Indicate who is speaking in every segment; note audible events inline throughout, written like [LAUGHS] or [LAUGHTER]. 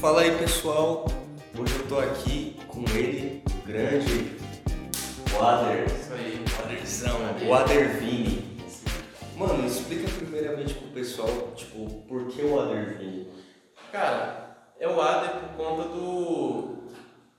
Speaker 1: Fala aí pessoal, hoje eu tô aqui com ele, o grande Wader,
Speaker 2: Isso aí.
Speaker 1: Waderzão, Wader Vini. Mano, explica primeiramente pro pessoal, tipo, por que o Wader Vini?
Speaker 2: Cara, é o Adler por conta do.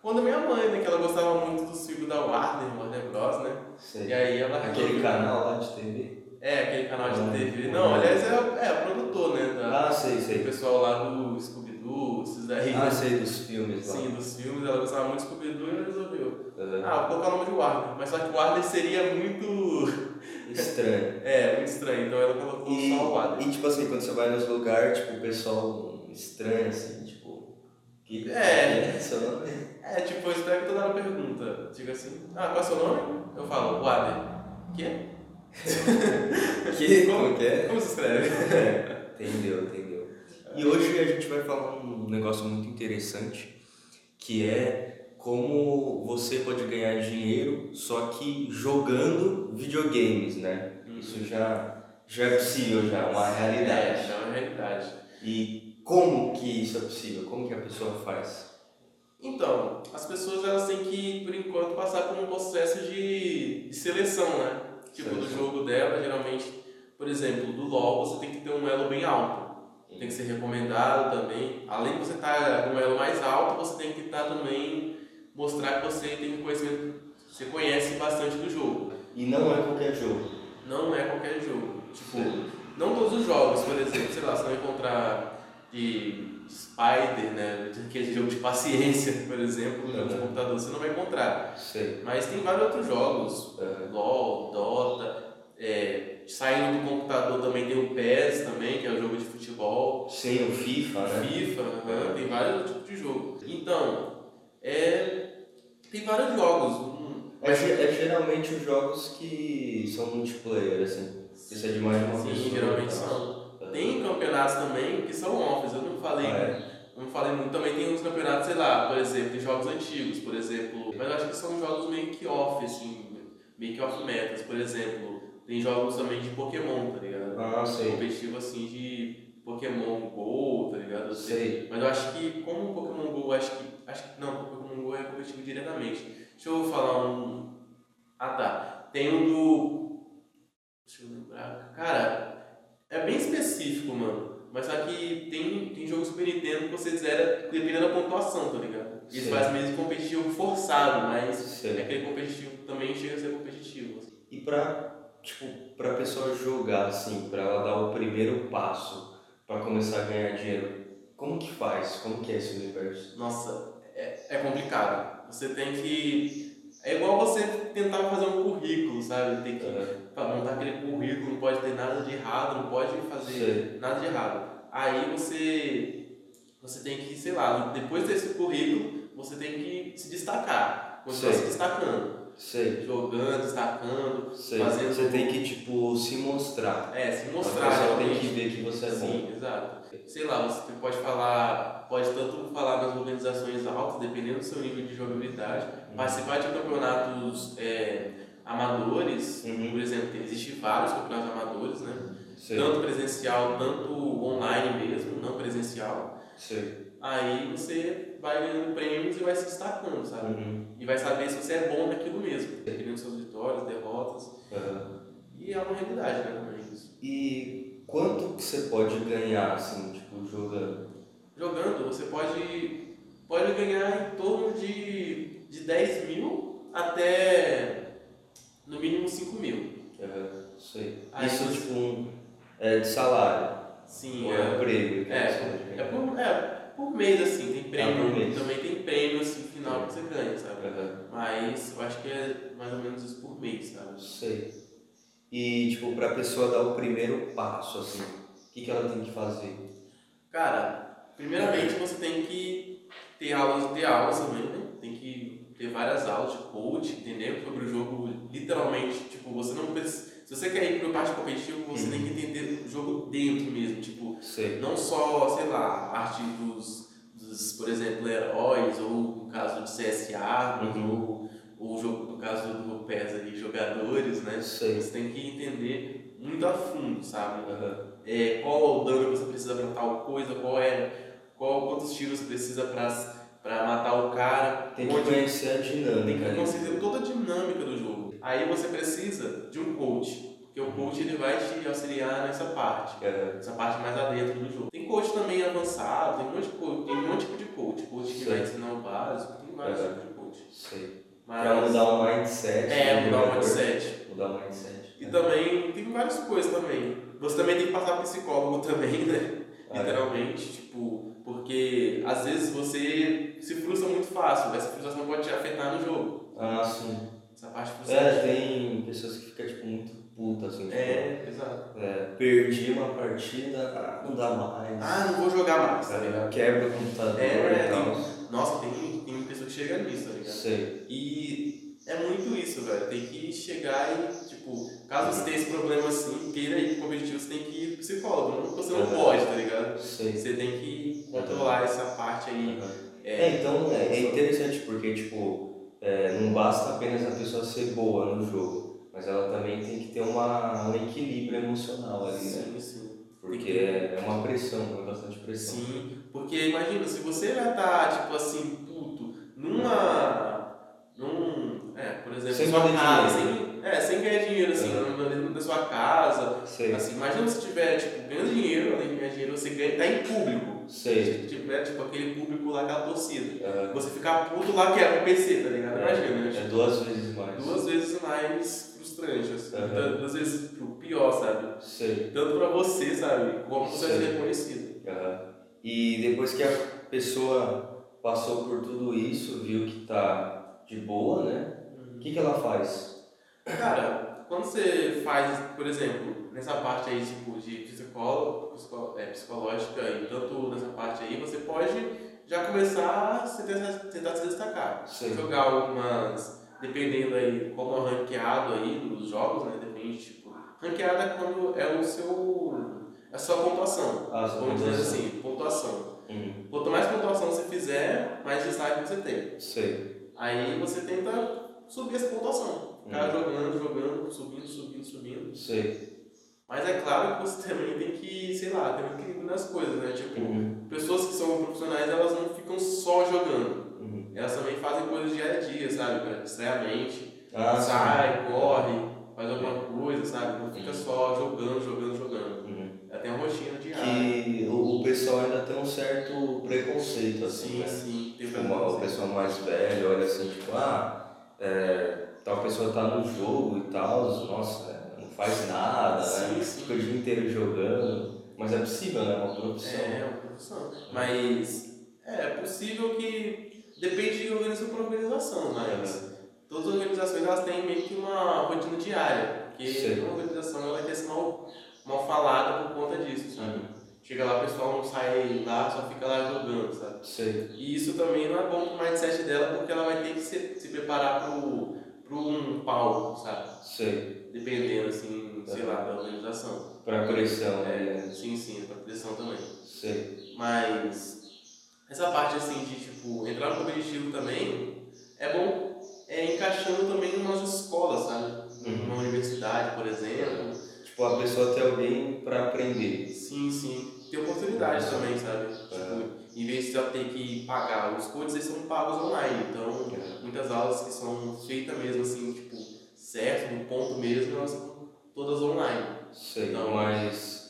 Speaker 2: Quando minha mãe, né? Que ela gostava muito do circo da Warner, Warner Bros, né? E
Speaker 1: Sei.
Speaker 2: aí ela.
Speaker 1: Aquele canal lá de TV?
Speaker 2: É, aquele canal de
Speaker 1: Ah,
Speaker 2: TV. Não,
Speaker 1: ah.
Speaker 2: aliás, é, o- é o produtor, né? Da,
Speaker 1: Ah, sei,
Speaker 2: do
Speaker 1: sei.
Speaker 2: pessoal lá do Scooby-Doo, esses daí.
Speaker 1: Ah, sei dos filmes lá.
Speaker 2: Sim, dos filmes, ela gostava muito de Scooby-Doo e ela resolveu.
Speaker 1: Aham.
Speaker 2: Ah, vou colocar o nome de Warner. Mas só que o Warner seria muito. [LAUGHS]
Speaker 1: Estranho.
Speaker 2: É, muito estranho. Então ela colocou
Speaker 1: E,
Speaker 2: só o Warner.
Speaker 1: e tipo assim, quando você vai nos lugares, tipo, o pessoal estranho, assim, tipo. Que,
Speaker 2: É. [LAUGHS]
Speaker 1: Seu nome?
Speaker 2: É, tipo, eu espero que toda hora pergunta. Diga assim, ah, qual é o seu nome? Eu falo, Wader. Que?
Speaker 1: Que? Como que é?
Speaker 2: Como se escreve?
Speaker 1: É, entendeu, entendeu. E hoje a gente vai falar um negócio muito interessante, que é como você pode ganhar dinheiro só que jogando videogames, né? Isso já, já é possível, já é uma
Speaker 2: É,
Speaker 1: realidade.
Speaker 2: já é uma realidade.
Speaker 1: E como que isso é possível? Como que a pessoa faz?
Speaker 2: Então, as pessoas elas têm que, por enquanto, passar por um processo de, de seleção, né? Tipo, do
Speaker 1: Seleção.
Speaker 2: jogo dela, geralmente, por exemplo, do LoL, você tem que ter um elo bem alto.
Speaker 1: Uhum.
Speaker 2: Tem que ser recomendado também. Além de você estar com um elo mais alto, você tem que estar também, mostrar que você tem um conhecimento, você conhece bastante do jogo.
Speaker 1: E não é qualquer jogo.
Speaker 2: não é qualquer jogo. Tipo,
Speaker 1: Sim.
Speaker 2: não todos os jogos, por exemplo, sei lá, você vai encontrar de Spider, né? Aquele jogo de paciência, por exemplo, no jogo de
Speaker 1: Uhum.
Speaker 2: computador, você não vai encontrar.
Speaker 1: Sei.
Speaker 2: Mas tem vários outros jogos, é,
Speaker 1: Aham.
Speaker 2: LOL, Dota, é, saindo do computador também tem o PES também, que é o jogo de futebol.
Speaker 1: Sem o FIFA, né?
Speaker 2: FIFA, aham, tem vários tipos de jogo. Então, é, tem vários jogos. Hum,
Speaker 1: É, ge- é geralmente os jogos que são multiplayer, assim. Precisa de mais de uma pessoa.
Speaker 2: Sim, geralmente
Speaker 1: tá?
Speaker 2: são. Tem campeonatos também que são offs, eu não falei,
Speaker 1: Ah,
Speaker 2: não falei muito. Também tem uns campeonatos, sei lá, por exemplo, de jogos antigos, por exemplo. Mas eu acho que são jogos meio que off, assim, meio que off metas, por exemplo. Tem jogos também de Pokémon, tá ligado?
Speaker 1: Ah, sei.
Speaker 2: Competitivo assim de Pokémon Go, tá ligado?
Speaker 1: Eu sei.
Speaker 2: Mas eu acho que, como o Pokémon GO, acho que. Acho que não, o Pokémon GO é competitivo diretamente. Deixa eu falar um. Ah tá. Tem um do. Deixa eu lembrar. Cara, é bem específico, mano. Mas aqui tem, tem jogo Super Nintendo que você zera dependendo da pontuação, tá ligado? Isso
Speaker 1: Sim.
Speaker 2: faz meio competitivo forçado, mas
Speaker 1: Sim.
Speaker 2: é aquele competitivo também chega a ser competitivo. assim.
Speaker 1: E pra, tipo, pra pessoa jogar, assim, pra ela dar o primeiro passo pra começar a ganhar dinheiro, como que faz? Como que é esse universo?
Speaker 2: Nossa, é, é complicado. Você tem que. É igual você tentar fazer um currículo, sabe? Tem que
Speaker 1: É,
Speaker 2: Pra montar aquele currículo, não pode ter nada de errado, não pode
Speaker 1: Ah,
Speaker 2: fazer
Speaker 1: Sei.
Speaker 2: nada de errado. Aí você você tem que, sei lá, depois desse currículo, você tem que se destacar. Continuar
Speaker 1: Sei.
Speaker 2: se destacando.
Speaker 1: sei,
Speaker 2: Jogando, destacando.
Speaker 1: sei.
Speaker 2: Fazendo-
Speaker 1: Você tem que, tipo, se mostrar.
Speaker 2: É, se
Speaker 1: A
Speaker 2: mostrar.
Speaker 1: pessoa tem
Speaker 2: realmente.
Speaker 1: que ver que você é bom.
Speaker 2: Sim, exato. Sei lá, você pode falar, pode tanto falar nas organizações altas, dependendo do seu nível de jogabilidade,
Speaker 1: Uhum.
Speaker 2: participar de campeonatos é, amadores,
Speaker 1: Uhum.
Speaker 2: por exemplo, tem- existem vários campeonatos amadores, né?
Speaker 1: Sei,
Speaker 2: tanto presencial, tanto online mesmo, não presencial,
Speaker 1: sei.
Speaker 2: aí você vai ganhando prêmios e vai se destacando, sabe?
Speaker 1: Uhum.
Speaker 2: E vai saber se você é bom naquilo mesmo, dependendo das suas vitórias, derrotas.
Speaker 1: Aham.
Speaker 2: E é uma realidade, né? Como é isso.
Speaker 1: E quanto que você pode ganhar, assim, tipo, jogando?
Speaker 2: Jogando, você pode, pode ganhar em torno de, de 10 mil até no mínimo 5 mil.
Speaker 1: Aham, Sei.
Speaker 2: Aí
Speaker 1: Isso,
Speaker 2: você-
Speaker 1: tipo, um, é de salário.
Speaker 2: Sim,
Speaker 1: ou é um prêmio? que
Speaker 2: É,
Speaker 1: você pode ganhar?
Speaker 2: é por, é por mês assim, tem prêmio,
Speaker 1: por mês.
Speaker 2: também tem prêmio assim, final que você ganha, sabe?
Speaker 1: Aham.
Speaker 2: Mas eu acho que é mais ou menos isso por mês, tá? sabe?
Speaker 1: Sei. E, tipo, pra pessoa dar o primeiro passo, assim, o que, que ela tem que fazer?
Speaker 2: Cara, primeiramente você tem que ter aulas, ter aulas também, né? Tem que ter várias aulas de coach, entendeu? Sobre o jogo, literalmente, tipo, você não precisa... Se você quer ir para parte competitiva, você
Speaker 1: Uhum.
Speaker 2: tem que entender o jogo dentro mesmo, tipo,
Speaker 1: Sei.
Speaker 2: não só, sei lá, a arte dos, dos, por exemplo, heróis, ou no caso de CSA, ou, ou o jogo, no caso do PES ali, jogadores, né?
Speaker 1: Sei.
Speaker 2: Você tem que entender muito a fundo, sabe?
Speaker 1: Aham.
Speaker 2: É, qual é o dano que você precisa pra tal coisa, qual é, qual qual, quantos tiros precisa pra, pra matar o cara.
Speaker 1: Tem que
Speaker 2: onde-
Speaker 1: conhecer a
Speaker 2: tem
Speaker 1: dinâmica
Speaker 2: que
Speaker 1: ali.
Speaker 2: conhecer toda a dinâmica do jogo. Aí você precisa de um coach, porque o coach ele vai te auxiliar nessa parte.
Speaker 1: É,
Speaker 2: Essa parte mais adentro do jogo. Tem coach também avançado, tem um monte de coach, tem um monte de coach. Coach que
Speaker 1: Sim.
Speaker 2: vai ensinar o básico, tem vários
Speaker 1: É.
Speaker 2: tipos de coach.
Speaker 1: sei.
Speaker 2: Mas,
Speaker 1: Pra mudar o mindset.
Speaker 2: Ah,
Speaker 1: né?
Speaker 2: é,
Speaker 1: do
Speaker 2: mudar o
Speaker 1: jogador. tipo,
Speaker 2: mindset. Então,
Speaker 1: Mudar o mindset.
Speaker 2: E
Speaker 1: né?
Speaker 2: também tem várias coisas também. Você também tem que passar psicólogo também, né?
Speaker 1: Ah, [LAUGHS] é.
Speaker 2: Literalmente, tipo, porque às vezes você se frustra muito fácil, essa frustração pode te afetar no jogo.
Speaker 1: Ah, sim.
Speaker 2: Essa parte frustrante.
Speaker 1: É, tem pessoas que ficam, tipo, muito putas, assim. tipo,
Speaker 2: É, exato.
Speaker 1: é, perdi uma partida, ah, não dá mais.
Speaker 2: Ah, não vou jogar mais, tá
Speaker 1: Sabe,
Speaker 2: ligado?
Speaker 1: Quebra o computador
Speaker 2: É,
Speaker 1: e tal.
Speaker 2: Nossa, tem, tem pessoa que chega nisso, tá ligado?
Speaker 1: Sei.
Speaker 2: E é muito isso, velho. Tem que chegar e, tipo, caso você tenha esse problema assim, queira ir pro competitivo, você tem que ir pro psicólogo. Não- Você não
Speaker 1: Uhum.
Speaker 2: pode, tá ligado?
Speaker 1: Sei.
Speaker 2: Você tem que controlar essa parte aí.
Speaker 1: É, então é, é interessante porque, tipo, é, não basta apenas a pessoa ser boa no jogo, mas ela também tem que ter uma, um equilíbrio
Speaker 2: então,
Speaker 1: emocional ali, né?
Speaker 2: Sim, sim.
Speaker 1: Porque é, é uma pressão, é bastante pressão.
Speaker 2: Sim, porque imagina, se você vai estar, tipo assim, puto, numa. Num. É, por exemplo,
Speaker 1: Sem
Speaker 2: sua
Speaker 1: valer
Speaker 2: casa, sem, é, sem ganhar dinheiro, assim,
Speaker 1: Uhum.
Speaker 2: no- dentro da sua casa,
Speaker 1: Sei,
Speaker 2: Assim, imagina se tiver, tipo, ganhando dinheiro, além de ganhar dinheiro, você ganha, tá em público.
Speaker 1: sei.
Speaker 2: Se tiver, tipo, aquele público lá, aquela torcida.
Speaker 1: É,
Speaker 2: Você ficar puto lá, que é o PC, tá ligado? Imagina,
Speaker 1: é
Speaker 2: né?
Speaker 1: duas vezes mais.
Speaker 2: Duas vezes mais frustrante, assim.
Speaker 1: Aham.
Speaker 2: Duas- Duas vezes pro pior, sabe?
Speaker 1: Sei.
Speaker 2: Tanto pra você, sabe? Como você vai
Speaker 1: Sim.
Speaker 2: ser reconhecido.
Speaker 1: Aham. ah, E depois que a pessoa passou por tudo isso, viu que tá de boa, né?
Speaker 2: Uhum.
Speaker 1: O que, que ela faz?
Speaker 2: Cara, quando você faz, por exemplo, nessa parte aí, tipo, de psicólogo, psico- é, psicológica e tanto nessa parte aí, você pode já começar a se tentar- tentar se destacar.
Speaker 1: Sei.
Speaker 2: jogar algumas, dependendo aí como é o ranqueado aí nos jogos, né? Depende, tipo, ranqueada é quando é o seu. é a sua pontuação.
Speaker 1: Ah, só
Speaker 2: Vamos dizer
Speaker 1: duas.
Speaker 2: assim, pontuação.
Speaker 1: Hum,
Speaker 2: Quanto mais pontuação você fizer, mais destaque você tem.
Speaker 1: sei.
Speaker 2: Aí você tenta subir essa pontuação. Ficar
Speaker 1: Hum.
Speaker 2: jogando, jogando, subindo, subindo, subindo.
Speaker 1: Sei.
Speaker 2: Mas é claro que você também tem que, sei lá, tem um equilíbrio nas coisas, né? Tipo,
Speaker 1: Uhum.
Speaker 2: pessoas que são profissionais, elas não ficam só jogando.
Speaker 1: Uhum.
Speaker 2: Elas também fazem coisas dia a dia, sabe? Pra distrair a mente.
Speaker 1: Ah, sim. Hum.
Speaker 2: sai, corre, faz alguma coisa, sabe? Não fica só jogando, jogando, jogando.
Speaker 1: Uhum.
Speaker 2: Ela tem uma rotina diária.
Speaker 1: que o o pessoal ainda tem um certo preconceito, assim,
Speaker 2: Sim,
Speaker 1: né?
Speaker 2: sim. Tem
Speaker 1: Tipo, uma, o pessoal mais velho olha assim, tipo, ah, é, tal pessoa tá no jogo e tal, nossa, é, não faz nada, né?
Speaker 2: Sim, sim.
Speaker 1: Fica o dia inteiro jogando, mas é possível, né? É uma profissão.
Speaker 2: É, uma profissão. Mas é é possível que. Depende de organização por organização, mas todas as organizações elas têm meio que uma rotina diária. Porque
Speaker 1: Sim.
Speaker 2: uma organização ela quer ser mal, mal falada por conta disso, sabe? Chega lá, o pessoal não sai lá, só fica lá jogando, sabe?
Speaker 1: Sei,
Speaker 2: E isso também não é bom pro mindset dela, porque ela vai ter que se, se preparar pro, pro um palco, sabe?
Speaker 1: sei.
Speaker 2: Dependendo, assim, sei lá, da organização.
Speaker 1: Pra pressão,
Speaker 2: É,
Speaker 1: né?
Speaker 2: sim, sim, pra pressão também.
Speaker 1: Sei.
Speaker 2: Mas essa parte, assim, de, tipo, entrar no competitivo também é bom é, encaixando também em umas escolas, sabe?
Speaker 1: Uhum.
Speaker 2: Numa universidade, por exemplo.
Speaker 1: Tipo, a pessoa tem alguém pra aprender.
Speaker 2: Sim, sim. Tem oportunidade também, sabe? Tipo, em vez de ela ter que pagar os coaches, eles são pagos online. Então, muitas aulas que são feitas mesmo assim, tipo, certo, no ponto mesmo, elas são todas online.
Speaker 1: Sei,
Speaker 2: Não.
Speaker 1: mas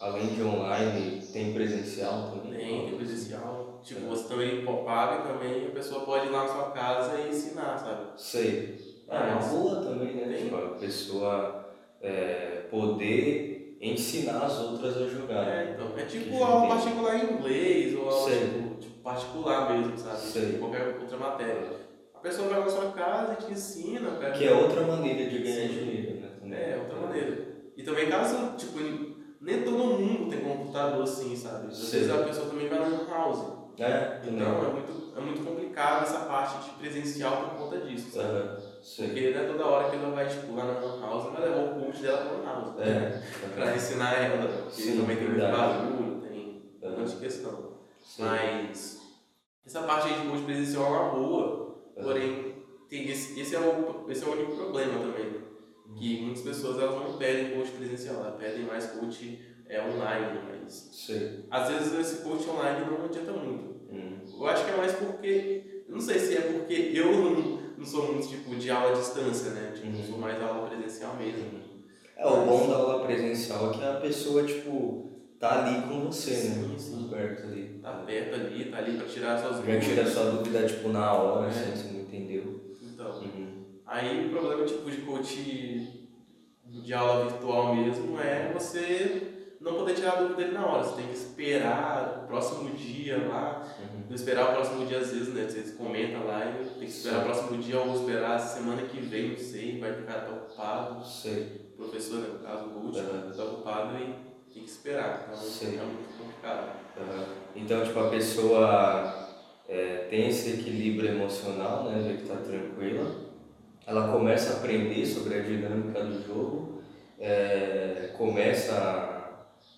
Speaker 1: além de online, tem presencial também?
Speaker 2: Tem, tem presencial. Tipo, você também pô, paga e também a pessoa pode ir lá na sua casa e ensinar, sabe?
Speaker 1: Sei.
Speaker 2: É
Speaker 1: Ah, na rua também, né?
Speaker 2: Sim.
Speaker 1: Tipo, a pessoa é, poder ensinar as outras a jogar.
Speaker 2: É,
Speaker 1: né?
Speaker 2: então. É tipo
Speaker 1: Que
Speaker 2: aula
Speaker 1: joguinho.
Speaker 2: particular em inglês ou aula
Speaker 1: Sei.
Speaker 2: tipo, tipo particular mesmo, sabe? Tipo,
Speaker 1: Sei.
Speaker 2: Qualquer outra matéria. A pessoa vai na sua casa e te ensina, cara.
Speaker 1: Que é outra maneira de ganhar dinheiro, né? Também.
Speaker 2: É, outra maneira. E também caso, tipo, nem todo mundo tem computador assim, sabe? Às
Speaker 1: Sim.
Speaker 2: vezes a pessoa também vai no house.
Speaker 1: É, também.
Speaker 2: Então é muito, é muito complicado essa parte de presencial por conta disso, sabe?
Speaker 1: Aham, Sei.
Speaker 2: Porque não é toda hora que ela vai, tipo, lá na lan house, ela levar o coach dela pra lan house. Pra
Speaker 1: É.
Speaker 2: ensinar ela, porque
Speaker 1: Sim,
Speaker 2: também tem muito
Speaker 1: verdade.
Speaker 2: barulho, tem um monte de questão.
Speaker 1: Sei.
Speaker 2: Mas essa parte aí de coach presencial é uma boa,
Speaker 1: É.
Speaker 2: porém tem esse, esse, é o, esse é o único problema também. Que muitas pessoas elas não pedem coach presencial, elas pedem mais coach é online, mas
Speaker 1: Sei.
Speaker 2: às vezes esse coach online não adianta muito.
Speaker 1: Hum.
Speaker 2: Eu acho que é mais porque, eu não sei se é porque eu não, não sou muito tipo de aula à distância, né? Tipo,
Speaker 1: Uhum.
Speaker 2: sou mais aula presencial mesmo.
Speaker 1: É, o bom da aula presencial é que a pessoa, tipo, tá ali com você, né?
Speaker 2: Sim, sim.
Speaker 1: Perto ali.
Speaker 2: Tá perto ali, tá ali pra tirar suas
Speaker 1: Já tira a
Speaker 2: dúvidas.
Speaker 1: sua dúvida, tipo, na hora,
Speaker 2: É.
Speaker 1: assim, você não entendeu.
Speaker 2: Então,
Speaker 1: Uhum.
Speaker 2: aí o problema tipo de coach de aula virtual mesmo é você não poder tirar a dúvida dele na hora. Você tem que esperar o próximo dia lá.
Speaker 1: Uhum.
Speaker 2: Vou esperar o próximo dia às vezes, né? Às vezes comenta lá e tem que esperar o próximo dia, ou vou esperar semana que vem, não sei, vai ficar tá ocupado.
Speaker 1: Sei.
Speaker 2: O professor, né, no caso, o Gold,
Speaker 1: Uhum.
Speaker 2: tá ocupado e tem que esperar. Então
Speaker 1: Sei.
Speaker 2: é muito complicado.
Speaker 1: Aham. Então, tipo, a pessoa é, tem esse equilíbrio emocional, né? Vê que tá tranquila. Ela começa a aprender sobre a dinâmica do jogo, é, começa a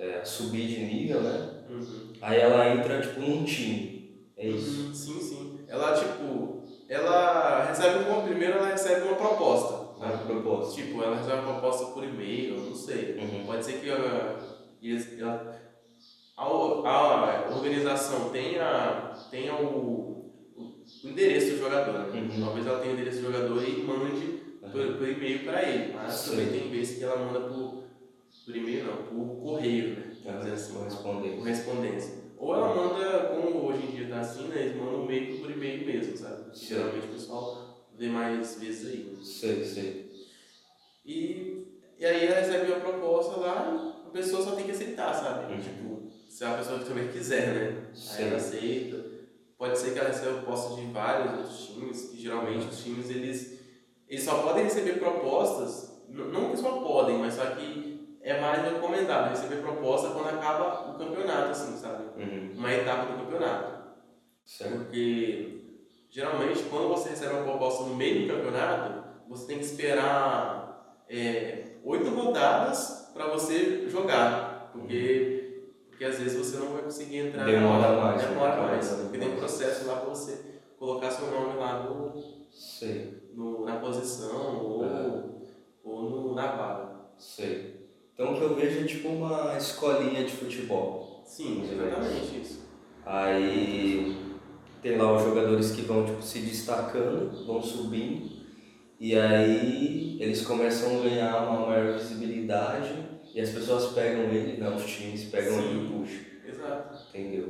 Speaker 1: é, subir de nível, né?
Speaker 2: Uhum.
Speaker 1: Aí ela entra, tipo, num time. É isso.
Speaker 2: Uhum, Sim, sim. Ela, tipo, ela recebe uma, primeiro ela recebe uma proposta,
Speaker 1: A
Speaker 2: sabe?
Speaker 1: proposta.
Speaker 2: Tipo, ela recebe uma proposta por e-mail, eu não sei.
Speaker 1: Uhum.
Speaker 2: Pode ser que a, e- a, a, a organização tenha, tenha o, o endereço do jogador. né?
Speaker 1: Uhum.
Speaker 2: Talvez ela tenha o endereço do jogador e mande por, por e-mail para ele. Mas
Speaker 1: Sim.
Speaker 2: também tem vezes que ela manda por, por e-mail, não, por correio, né? Vamos dizer
Speaker 1: Vou
Speaker 2: assim,
Speaker 1: responder.
Speaker 2: correspondência. Ou ela
Speaker 1: Uhum.
Speaker 2: manda, como hoje em dia tá assim, né? Eles mandam meio por e-mail mesmo, sabe?
Speaker 1: Sim.
Speaker 2: Geralmente o pessoal vê mais vezes aí. né?
Speaker 1: Sei, sei.
Speaker 2: E, e aí ela recebe uma proposta lá, a pessoa só tem que aceitar, sabe?
Speaker 1: Uhum.
Speaker 2: Tipo, se a pessoa também quiser, né? Aí ela
Speaker 1: Sei.
Speaker 2: aceita. Pode ser que ela receba proposta de vários outros times, que geralmente os times eles, eles só podem receber propostas, n- não que só podem, mas só que é mais recomendado receber proposta quando acaba o campeonato, assim, sabe?
Speaker 1: Uhum.
Speaker 2: Uma etapa do campeonato.
Speaker 1: Certo.
Speaker 2: É Porque geralmente quando você recebe uma proposta no meio do campeonato, você tem que esperar é, oito rodadas para você jogar. Porque, porque às vezes você não vai conseguir entrar
Speaker 1: Demora
Speaker 2: na-
Speaker 1: mais, né?
Speaker 2: Demora mais.
Speaker 1: Demora
Speaker 2: Porque tem um
Speaker 1: mais.
Speaker 2: processo lá para você colocar seu nome lá no,
Speaker 1: Sei.
Speaker 2: no- na posição ou,
Speaker 1: É.
Speaker 2: ou no, na vaga.
Speaker 1: Sei. Então o que eu vejo é tipo uma escolinha de futebol.
Speaker 2: Sim,
Speaker 1: Sim. é
Speaker 2: exatamente isso.
Speaker 1: Aí tem lá os jogadores que vão tipo, se destacando, vão subindo, e aí eles começam a ganhar uma maior visibilidade e as pessoas pegam ele, né, os times pegam
Speaker 2: Sim.
Speaker 1: ele e puxam,
Speaker 2: Exato.
Speaker 1: entendeu?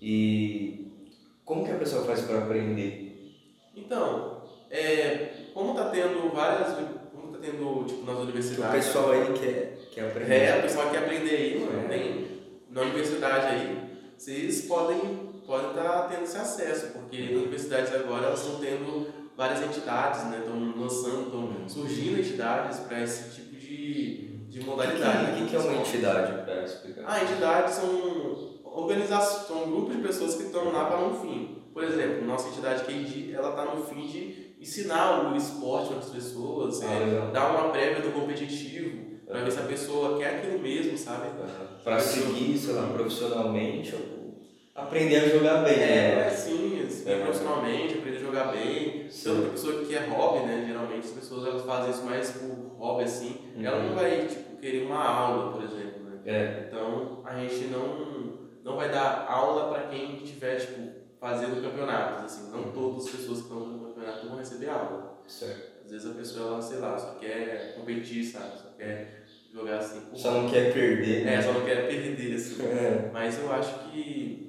Speaker 1: E como que a pessoa faz para aprender?
Speaker 2: Então, é, como tá tendo várias. Como tá tendo tipo, nas
Speaker 1: O
Speaker 2: universidades.
Speaker 1: pessoal aí quer, quer aprender.
Speaker 2: É, o pessoal quer aprender aí, mano.
Speaker 1: É.
Speaker 2: Tem, na universidade aí, vocês podem estar podem tá tendo esse acesso, porque nas universidades agora elas estão tendo várias entidades, né? Estão lançando, estão surgindo entidades para esse tipo de,
Speaker 1: O
Speaker 2: de
Speaker 1: que que,
Speaker 2: modalidade. né?
Speaker 1: o que que é uma entidade para explicar?
Speaker 2: Ah, entidades são organizações, são um grupo de pessoas que estão lá para um fim. Por exemplo, nossa entidade KD, ela está no fim de ensinar o esporte para as pessoas, é,
Speaker 1: Ah, legal.
Speaker 2: dar uma prévia do competitivo, para ver se a pessoa quer aquilo mesmo, sabe?
Speaker 1: Ah, Para seguir, sei lá, profissionalmente, ou aprender a jogar bem.
Speaker 2: É,
Speaker 1: né?
Speaker 2: assim,
Speaker 1: É.
Speaker 2: profissionalmente, aprender a jogar bem. Tanto que a pessoa que é hobby, né? Geralmente as pessoas elas fazem isso mais por hobby, assim.
Speaker 1: Uhum.
Speaker 2: Ela não vai, tipo, querer uma aula, por exemplo, né?
Speaker 1: É.
Speaker 2: Então, a gente não, não vai dar aula para quem estiver, tipo, fazendo campeonatos, assim.
Speaker 1: Uhum.
Speaker 2: Não todas as pessoas que estão no campeonato vão receber aula.
Speaker 1: Certo.
Speaker 2: Às vezes a pessoa, ela, sei lá, só quer competir, sabe? Só quer jogar, assim. por
Speaker 1: Só não quer perder. né?
Speaker 2: É, só não quer perder, assim.
Speaker 1: É.
Speaker 2: Mas eu acho que.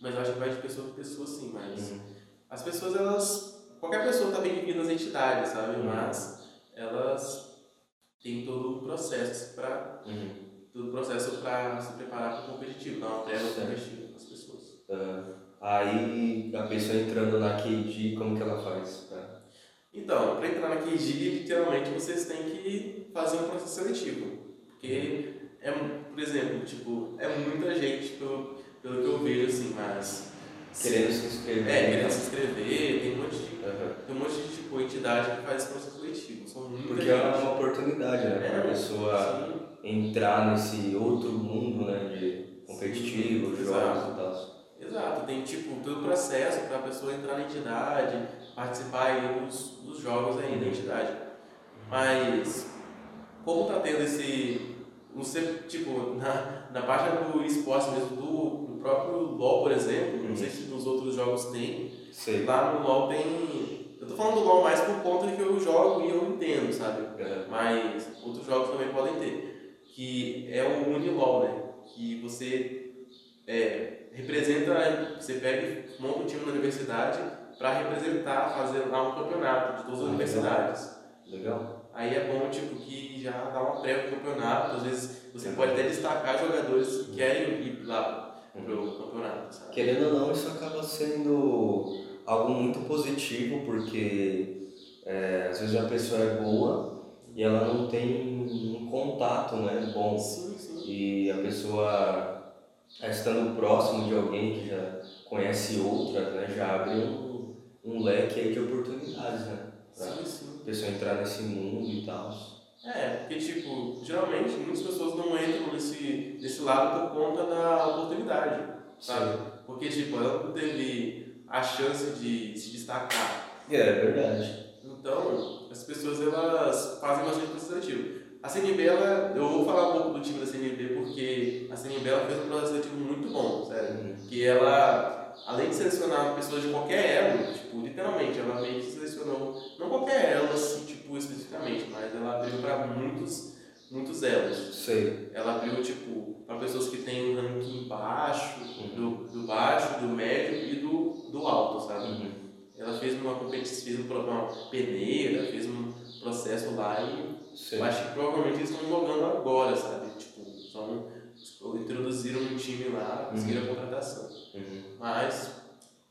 Speaker 2: Mas eu acho que vai de pessoa para pessoa, sim. Mas as pessoas, elas. Qualquer pessoa tá bem-vinda nas entidades, sabe?
Speaker 1: Uhum.
Speaker 2: Mas elas têm todo o processo para
Speaker 1: Uhum.
Speaker 2: todo o processo para se preparar para o competitivo, dar uma prévia
Speaker 1: Certo.
Speaker 2: competitiva com as pessoas.
Speaker 1: Ah, aí a pessoa entrando na KD, como que ela faz? né? pra-
Speaker 2: Então, para entrar na KG, literalmente vocês têm que fazer um processo seletivo, porque é, mu- por exemplo, tipo, é muita gente pelo, pelo que eu vejo assim, mas
Speaker 1: Querendo se inscrever. Uhum.
Speaker 2: é, querendo se inscrever, tem um monte de
Speaker 1: Aham.
Speaker 2: Tem um monte de tipo, entidade que faz esse processo seletivo. São É, muita
Speaker 1: Porque
Speaker 2: gente.
Speaker 1: é uma oportunidade, né? Pra pessoa
Speaker 2: Sim,
Speaker 1: entrar nesse outro mundo, né? De competitivo,
Speaker 2: Sim,
Speaker 1: jogos e tal.
Speaker 2: Exato, tem tipo todo o processo para a pessoa entrar na entidade, participar aí dos, dos jogos aí da entidade. Mas como tá tendo esse, Você, tipo, na, na página do esporte mesmo, do, do próprio LoL, por exemplo, não sei
Speaker 1: Uhum.
Speaker 2: se nos outros jogos tem,
Speaker 1: Sei.
Speaker 2: lá no LoL tem... Eu tô falando do LoL mais por conta de que eu jogo e eu entendo, sabe?
Speaker 1: É.
Speaker 2: mas outros jogos também podem ter, que é o Unilol, né? Que você é, representa, você pega, e monta um time na universidade para representar, fazer lá um campeonato de todas as
Speaker 1: Ah,
Speaker 2: universidades.
Speaker 1: Legal.
Speaker 2: Aí é bom, tipo, que já dá uma prévia do campeonato, às vezes você pode até destacar jogadores que querem ir lá
Speaker 1: Uhum.
Speaker 2: pro campeonato, sabe?
Speaker 1: Querendo ou não, isso acaba sendo algo muito positivo, porque é, às vezes a pessoa é boa e ela não tem um contato né, bom.
Speaker 2: Sim, sim.
Speaker 1: E a pessoa, é, estando próximo de alguém que já conhece outras, né, já abre um, um leque aí de oportunidades, né? Pra
Speaker 2: Sim, sim.
Speaker 1: a pessoa entrar nesse mundo e tal.
Speaker 2: É, porque, tipo, geralmente muitas pessoas não entram nesse, nesse lado por conta da oportunidade, sabe? Porque, tipo, ela não teve a chance de se destacar.
Speaker 1: É, é verdade.
Speaker 2: Então, as pessoas, elas fazem bastante representativo. A CNB, ela, eu vou falar um pouco do time da CNB, porque a CNB, ela fez um processo seletivo muito bom, sério. Que ela, além de selecionar pessoas de qualquer elo, tipo, literalmente, ela meio que selecionou, não qualquer elo, assim, tipo, especificamente, mas ela abriu para muitos, muitos elos.
Speaker 1: Sei.
Speaker 2: Ela abriu, tipo, para pessoas que têm um ranking baixo,
Speaker 1: Uhum.
Speaker 2: do, do baixo, do médio e do, do alto, sabe?
Speaker 1: Uhum.
Speaker 2: Ela fez uma competição, fez um pro- uma peneira, fez um processo lá e
Speaker 1: Sei.
Speaker 2: eu acho que provavelmente eles estão jogando agora, sabe? Tipo, só não, introduziram um time lá, conseguiram a contratação.
Speaker 1: Uhum.
Speaker 2: Mas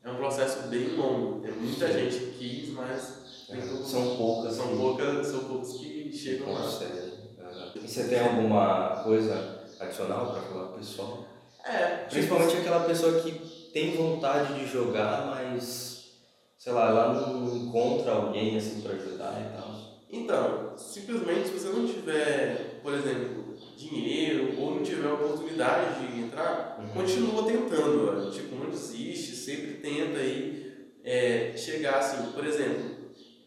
Speaker 2: é um processo bem longo. Tem muita gente que quis, mas tem
Speaker 1: É,
Speaker 2: poucos-
Speaker 1: Uhum. São né? poucas.
Speaker 2: são, poucas, são poucos que chegam lá.
Speaker 1: Consegue. Aham. E você tem alguma coisa adicional para falar pro pessoal?
Speaker 2: É, tipo,
Speaker 1: Principalmente aquela pessoa que tem vontade de jogar, mas sei lá, ela não encontra alguém assim para ajudar e tal.
Speaker 2: Então, simplesmente se você não tiver, por exemplo, dinheiro ou não tiver oportunidade de entrar,
Speaker 1: Uhum.
Speaker 2: continua tentando, velho. tipo, não desiste, sempre tenta aí é, chegar assim, por exemplo,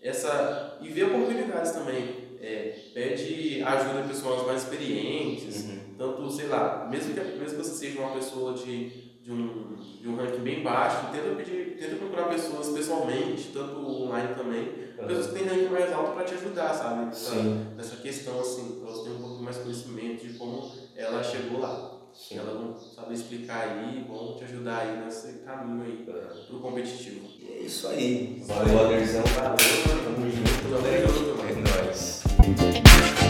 Speaker 2: essa e ver oportunidades também. É, pede ajuda de pessoas mais experientes,
Speaker 1: Uhum.
Speaker 2: tanto, sei lá, mesmo que, mesmo que você seja uma pessoa de, de, um, de um ranking bem baixo, tenta, pedir, tenta procurar pessoas pessoalmente, tanto online também, pessoas que têm ranking mais alto para te ajudar, sabe? Nessa,
Speaker 1: Sim.
Speaker 2: nessa questão, assim, pra você ter um pouco mais conhecimento de como ela chegou lá.
Speaker 1: Sim.
Speaker 2: Ela vão saber explicar aí, vão te ajudar aí nesse caminho aí
Speaker 1: Aham.
Speaker 2: pro competitivo.
Speaker 1: E é isso aí. Valeu, Aderzão.
Speaker 2: Valeu,
Speaker 1: Tamo junto.
Speaker 2: Tamo junto, mano.
Speaker 1: É nóis.